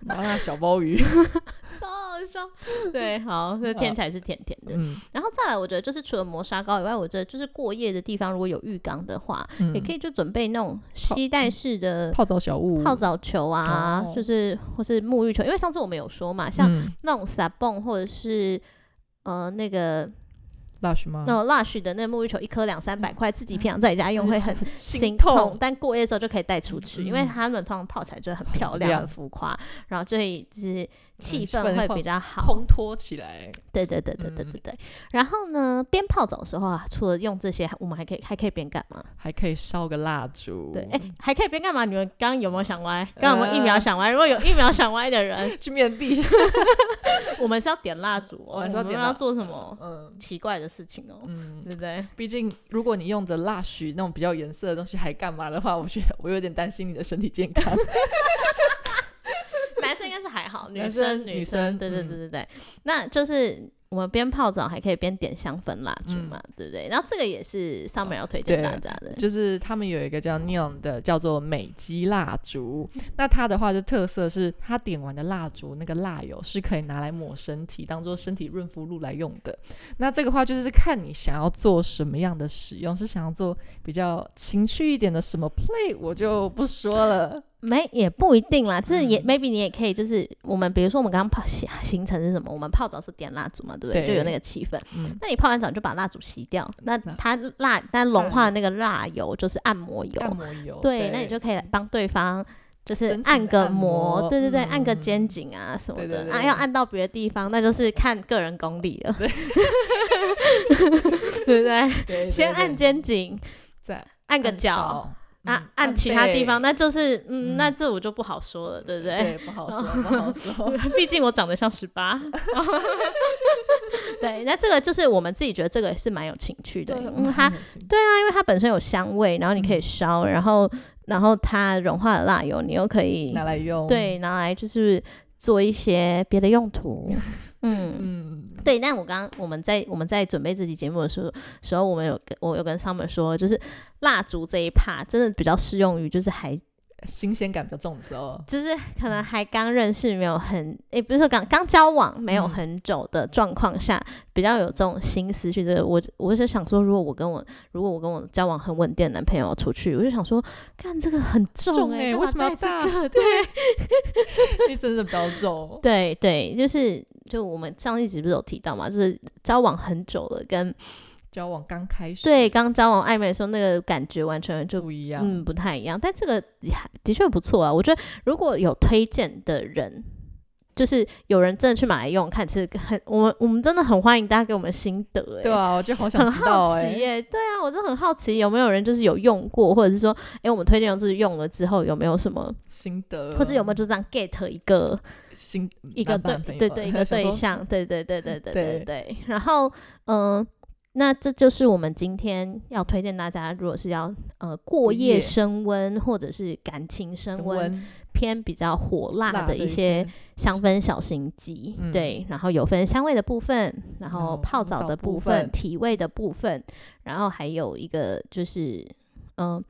[SPEAKER 1] 麻辣小鲍鱼，
[SPEAKER 2] 超好笑。对，好，这甜起来是甜甜的。
[SPEAKER 1] 嗯，
[SPEAKER 2] 然后再来，我觉得就是除了磨砂膏以外，我觉得就是过夜的地方如果有浴缸的话，
[SPEAKER 1] 嗯
[SPEAKER 2] 也可以就准备那种吸带式的
[SPEAKER 1] 泡澡小物，
[SPEAKER 2] 泡澡球啊，
[SPEAKER 1] 哦
[SPEAKER 2] 就是或是沐浴球，因为上次我们有说嘛，像
[SPEAKER 1] 嗯
[SPEAKER 2] 那种 s a b o n 或者是呃那个
[SPEAKER 1] 嗯 Lush 吗？
[SPEAKER 2] 那种 Lush 的那沐浴球，一颗两三百块，自己平常在家用会很心
[SPEAKER 1] 嗯痛
[SPEAKER 2] 痛，但过夜的时候就可以带出去，因为
[SPEAKER 1] 嗯
[SPEAKER 2] 他们通常泡起来就很
[SPEAKER 1] 很
[SPEAKER 2] 漂亮、
[SPEAKER 1] 亮嗯
[SPEAKER 2] 很浮夸，然后所以就是气
[SPEAKER 1] 气
[SPEAKER 2] 氛
[SPEAKER 1] 氛
[SPEAKER 2] 会
[SPEAKER 1] 会
[SPEAKER 2] 比较好。
[SPEAKER 1] 烘托起来，
[SPEAKER 2] 对对对对对
[SPEAKER 1] 嗯
[SPEAKER 2] 对对。然后呢，边泡澡的时候啊，除了用这些，我们还可以还可以边干嘛？
[SPEAKER 1] 还可以烧个蜡烛。
[SPEAKER 2] 对， 哎，还可以边干嘛？你们刚刚有没有想歪？刚刚有没有一
[SPEAKER 1] 呃
[SPEAKER 2] 秒想歪？如果有一秒想歪的人，
[SPEAKER 1] 去面壁。
[SPEAKER 2] 我们是要点蜡烛哦，
[SPEAKER 1] 我们是要点
[SPEAKER 2] 们
[SPEAKER 1] 蜡
[SPEAKER 2] 要做什么
[SPEAKER 1] 嗯
[SPEAKER 2] 奇怪的事情哦，
[SPEAKER 1] 嗯，
[SPEAKER 2] 对不 对？
[SPEAKER 1] 毕竟如果你用着 Lush 那种比较颜色的东西还干嘛的话，我觉得我有点担心你的身体健康。
[SPEAKER 2] 男生应该是还好，女
[SPEAKER 1] 男
[SPEAKER 2] 生
[SPEAKER 1] 生
[SPEAKER 2] 女
[SPEAKER 1] 女生
[SPEAKER 2] 对对
[SPEAKER 1] 嗯
[SPEAKER 2] 对对对，那就是我们边泡澡还可以边点香氛蜡烛嘛，对不对？然后这个也是 Summer 要推荐
[SPEAKER 1] 嗯对
[SPEAKER 2] 大家的，
[SPEAKER 1] 就是他们有一个叫 Neon 的，叫做美肌蜡烛。那它的话就特色是，它点完的蜡烛那个蜡油是可以拿来抹身体，当做身体润肤露来用的。那这个话就是看你想要做什么样的使用，是想要做比较情趣一点的什么 play，我就不说了。
[SPEAKER 2] 没也不一定啦，就是也、
[SPEAKER 1] 嗯
[SPEAKER 2] maybe 你也可以，就是我们比如说我们刚刚泡行行程是什么？我们泡澡是点蜡烛嘛，对不对？
[SPEAKER 1] 对
[SPEAKER 2] 就有那个气氛。
[SPEAKER 1] 嗯，
[SPEAKER 2] 那你泡完澡就把蜡烛熄掉，那
[SPEAKER 1] 那
[SPEAKER 2] 它蜡那融
[SPEAKER 1] 嗯
[SPEAKER 2] 化的那个蜡油就是按摩油，
[SPEAKER 1] 按摩油，
[SPEAKER 2] 对，那你就可以来帮对方。就是
[SPEAKER 1] 深层
[SPEAKER 2] 按
[SPEAKER 1] 的
[SPEAKER 2] 个
[SPEAKER 1] 按
[SPEAKER 2] 摩，
[SPEAKER 1] 摩
[SPEAKER 2] 对对对，按个
[SPEAKER 1] 嗯
[SPEAKER 2] 肩颈啊什么
[SPEAKER 1] 对
[SPEAKER 2] 的，
[SPEAKER 1] 对
[SPEAKER 2] 啊
[SPEAKER 1] 对
[SPEAKER 2] 要按到别的地方，那就是看个人功力了， 对不对？
[SPEAKER 1] 对
[SPEAKER 2] 先按，
[SPEAKER 1] 对对
[SPEAKER 2] 肩颈，
[SPEAKER 1] 再
[SPEAKER 2] 按个脚，，啊按其他地方，
[SPEAKER 1] 那
[SPEAKER 2] 那就是嗯，
[SPEAKER 1] 嗯
[SPEAKER 2] 那这我就不好说了，对不
[SPEAKER 1] 对
[SPEAKER 2] 对？
[SPEAKER 1] 不好说，不好说。
[SPEAKER 2] 毕竟我长得像十 八。 对，那这个就是我们自己觉得这个也是蛮有情趣的，因为它
[SPEAKER 1] 对嗯
[SPEAKER 2] 啊因为它本身有香味，然后你可以烧，然后然后它融化的蜡油，你又可以
[SPEAKER 1] 拿来用，，
[SPEAKER 2] 对，拿来就是做一些别的用途。嗯，
[SPEAKER 1] 嗯，
[SPEAKER 2] 对。但我刚刚我们在我们在准备这期节目的时候，时候我们有跟我有跟 Summer 说，就是蜡烛这一趴真的比较适用于就是还
[SPEAKER 1] 新鲜感比较重的时候，
[SPEAKER 2] 就是可
[SPEAKER 1] 嗯
[SPEAKER 2] 能还刚认识没有很诶、不是说刚刚交往没有
[SPEAKER 1] 嗯
[SPEAKER 2] 很久的状况下，比较有这种心思去这个。我我是想说，如果我跟我如果我跟我交往很稳定的男朋友出去，我就想说，干这个很重
[SPEAKER 1] 重
[SPEAKER 2] 诶、
[SPEAKER 1] 欸
[SPEAKER 2] 干
[SPEAKER 1] 为
[SPEAKER 2] 嘛
[SPEAKER 1] 什么要
[SPEAKER 2] 带
[SPEAKER 1] 大
[SPEAKER 2] 这个？对。
[SPEAKER 1] 因为真的比较重，
[SPEAKER 2] 对对，就是就我们上一集不是有提到嘛，就是交往很久了，跟
[SPEAKER 1] 交往刚开始
[SPEAKER 2] 对刚交往暧昧的时候那个感觉完全就
[SPEAKER 1] 不一样，
[SPEAKER 2] 嗯不太一样。但这个也还的确不错啊，我觉得如果有推荐的人。就是有人真的去买来用，看是很我们我们真的很欢迎大家给我们心得哎、
[SPEAKER 1] 对啊，我就好想
[SPEAKER 2] 很
[SPEAKER 1] 知道
[SPEAKER 2] 好奇
[SPEAKER 1] 哎，
[SPEAKER 2] 耶、对啊，我就很好奇有没有人就是有用过，或者是说，哎、我们推荐就是用了之后有没有什么，
[SPEAKER 1] 心得，
[SPEAKER 2] 或是有没有就这样 get 一个
[SPEAKER 1] 新
[SPEAKER 2] 一个对
[SPEAKER 1] 啊
[SPEAKER 2] 对对一 个对，象，对对对对对对
[SPEAKER 1] 对
[SPEAKER 2] 对。然后嗯、那这就是我们今天要推荐大家，如果是要呃过
[SPEAKER 1] 过
[SPEAKER 2] 夜
[SPEAKER 1] 夜
[SPEAKER 2] 升温或者是感情升温
[SPEAKER 1] 温
[SPEAKER 2] 偏比较火辣的
[SPEAKER 1] 的
[SPEAKER 2] 一些香氛小心机，
[SPEAKER 1] 嗯
[SPEAKER 2] 对，然后有分香味的部分，然后
[SPEAKER 1] 嗯
[SPEAKER 2] 泡澡
[SPEAKER 1] 泡澡
[SPEAKER 2] 的
[SPEAKER 1] 部
[SPEAKER 2] 部分、
[SPEAKER 1] 分
[SPEAKER 2] 体味的部分，然后还有一个就是嗯、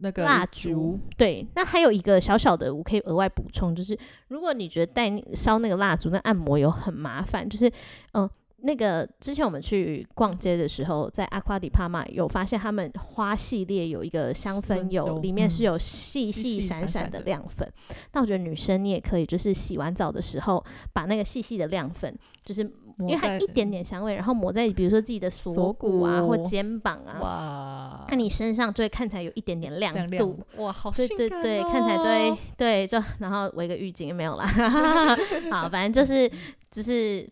[SPEAKER 1] 那个
[SPEAKER 2] 蜡烛，对，那还有一个小小的，我可以额外补充，就是如果你觉得带烧那个蜡烛，那按摩油很麻烦，就是嗯、呃那个之前我们去逛街的时候，在阿夸迪帕玛有发现他们花系列有一个香氛
[SPEAKER 1] 香
[SPEAKER 2] 油，
[SPEAKER 1] 油
[SPEAKER 2] 里面
[SPEAKER 1] 嗯
[SPEAKER 2] 是有细
[SPEAKER 1] 细细
[SPEAKER 2] 细闪
[SPEAKER 1] 闪
[SPEAKER 2] 闪
[SPEAKER 1] 闪
[SPEAKER 2] 的
[SPEAKER 1] 的
[SPEAKER 2] 亮粉。那我觉得女生你也可以，就是洗完澡的时候把那个细细的亮粉，就是
[SPEAKER 1] 抹
[SPEAKER 2] 因为它
[SPEAKER 1] 在
[SPEAKER 2] 一点点香味，然后抹在比如说自己的锁
[SPEAKER 1] 锁
[SPEAKER 2] 骨啊或
[SPEAKER 1] 骨
[SPEAKER 2] 肩膀啊，
[SPEAKER 1] 哇
[SPEAKER 2] 那，你身上就会看起来有一点点亮度。
[SPEAKER 1] 亮亮的哇，好
[SPEAKER 2] 对
[SPEAKER 1] 性
[SPEAKER 2] 对
[SPEAKER 1] 感
[SPEAKER 2] 对，看起来就会
[SPEAKER 1] 哦
[SPEAKER 2] 对，就然后围个浴巾 没有啦，好，反正就是只是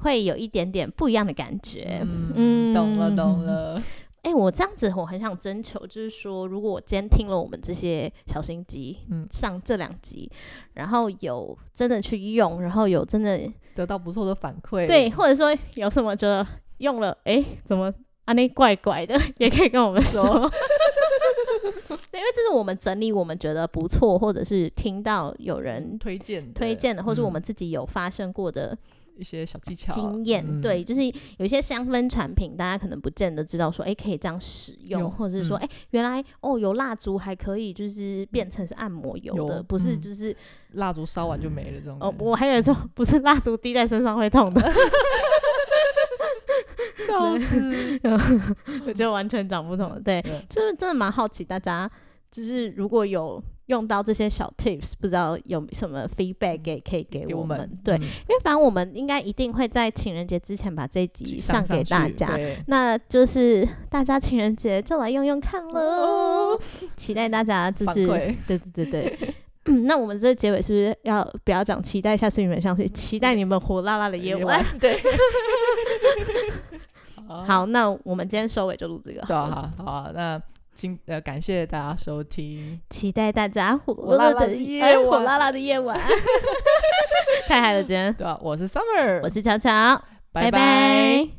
[SPEAKER 2] 会有一点点不一样的感觉。
[SPEAKER 1] 嗯，懂了懂
[SPEAKER 2] 嗯
[SPEAKER 1] 了，
[SPEAKER 2] 哎、我这样子我很想征求，就是说，如果我今天听了我们这些小心机，
[SPEAKER 1] 嗯
[SPEAKER 2] 上这两集，然后有真的去用，然后有真的
[SPEAKER 1] 得到不错的反馈，
[SPEAKER 2] 对，或者说有什么觉得用了，哎、怎么啊那怪怪的，也可以跟我们说。 对，因为这是我们整理我们觉得不错，或者是听到有人
[SPEAKER 1] 推荐的
[SPEAKER 2] 推荐的，或是我
[SPEAKER 1] 嗯
[SPEAKER 2] 们自己有发生过的
[SPEAKER 1] 一些小技巧
[SPEAKER 2] 经验。
[SPEAKER 1] 嗯
[SPEAKER 2] 对，就是有一些香氛产品，大家可能不见得知道说，哎、可以这样使用，
[SPEAKER 1] 有
[SPEAKER 2] 或者是说，
[SPEAKER 1] 嗯
[SPEAKER 2] 哎、原来哦，有蜡烛还可以就是变成是按摩油的，
[SPEAKER 1] 油
[SPEAKER 2] 不是
[SPEAKER 1] 嗯
[SPEAKER 2] 就是、
[SPEAKER 1] 蜡烛烧完就没了这种
[SPEAKER 2] 哦，
[SPEAKER 1] 感觉，
[SPEAKER 2] 我还有说不是蜡烛滴在身上会痛的。
[SPEAKER 1] 笑死，
[SPEAKER 2] 我觉得完全讲不同。对
[SPEAKER 1] 对，
[SPEAKER 2] 就是真的蛮好奇大家，就是如果有用到这些小 tips，不知道有什么 feedback 给可以给
[SPEAKER 1] 给
[SPEAKER 2] 我
[SPEAKER 1] 我
[SPEAKER 2] 们？
[SPEAKER 1] 们
[SPEAKER 2] 对，
[SPEAKER 1] 嗯
[SPEAKER 2] 因为反正我们应该一定会在情人节之前把这一集上给大
[SPEAKER 1] 去
[SPEAKER 2] 家。
[SPEAKER 1] 对
[SPEAKER 2] 那就是大家情人节就来用用看喽
[SPEAKER 1] 哦，
[SPEAKER 2] 期待大家就
[SPEAKER 1] 反
[SPEAKER 2] 是
[SPEAKER 1] 馈
[SPEAKER 2] 对对对对。 嗯那我们这结尾是不是要不要讲期待下次你们相聚？期待你们火辣辣的夜晚。，
[SPEAKER 1] 对，
[SPEAKER 2] 好，那我们今天收尾就录这个好了。
[SPEAKER 1] 对啊，好好啊，那今呃感谢大家收听，
[SPEAKER 2] 期待大家火
[SPEAKER 1] 火辣
[SPEAKER 2] 辣辣
[SPEAKER 1] 辣
[SPEAKER 2] 的
[SPEAKER 1] 的
[SPEAKER 2] 夜
[SPEAKER 1] 夜
[SPEAKER 2] 晚，哎
[SPEAKER 1] 晚
[SPEAKER 2] 火辣辣的夜晚， 太嗨了！今天
[SPEAKER 1] 对啊，我是 Summer，
[SPEAKER 2] 我是巧巧，
[SPEAKER 1] 拜
[SPEAKER 2] 拜拜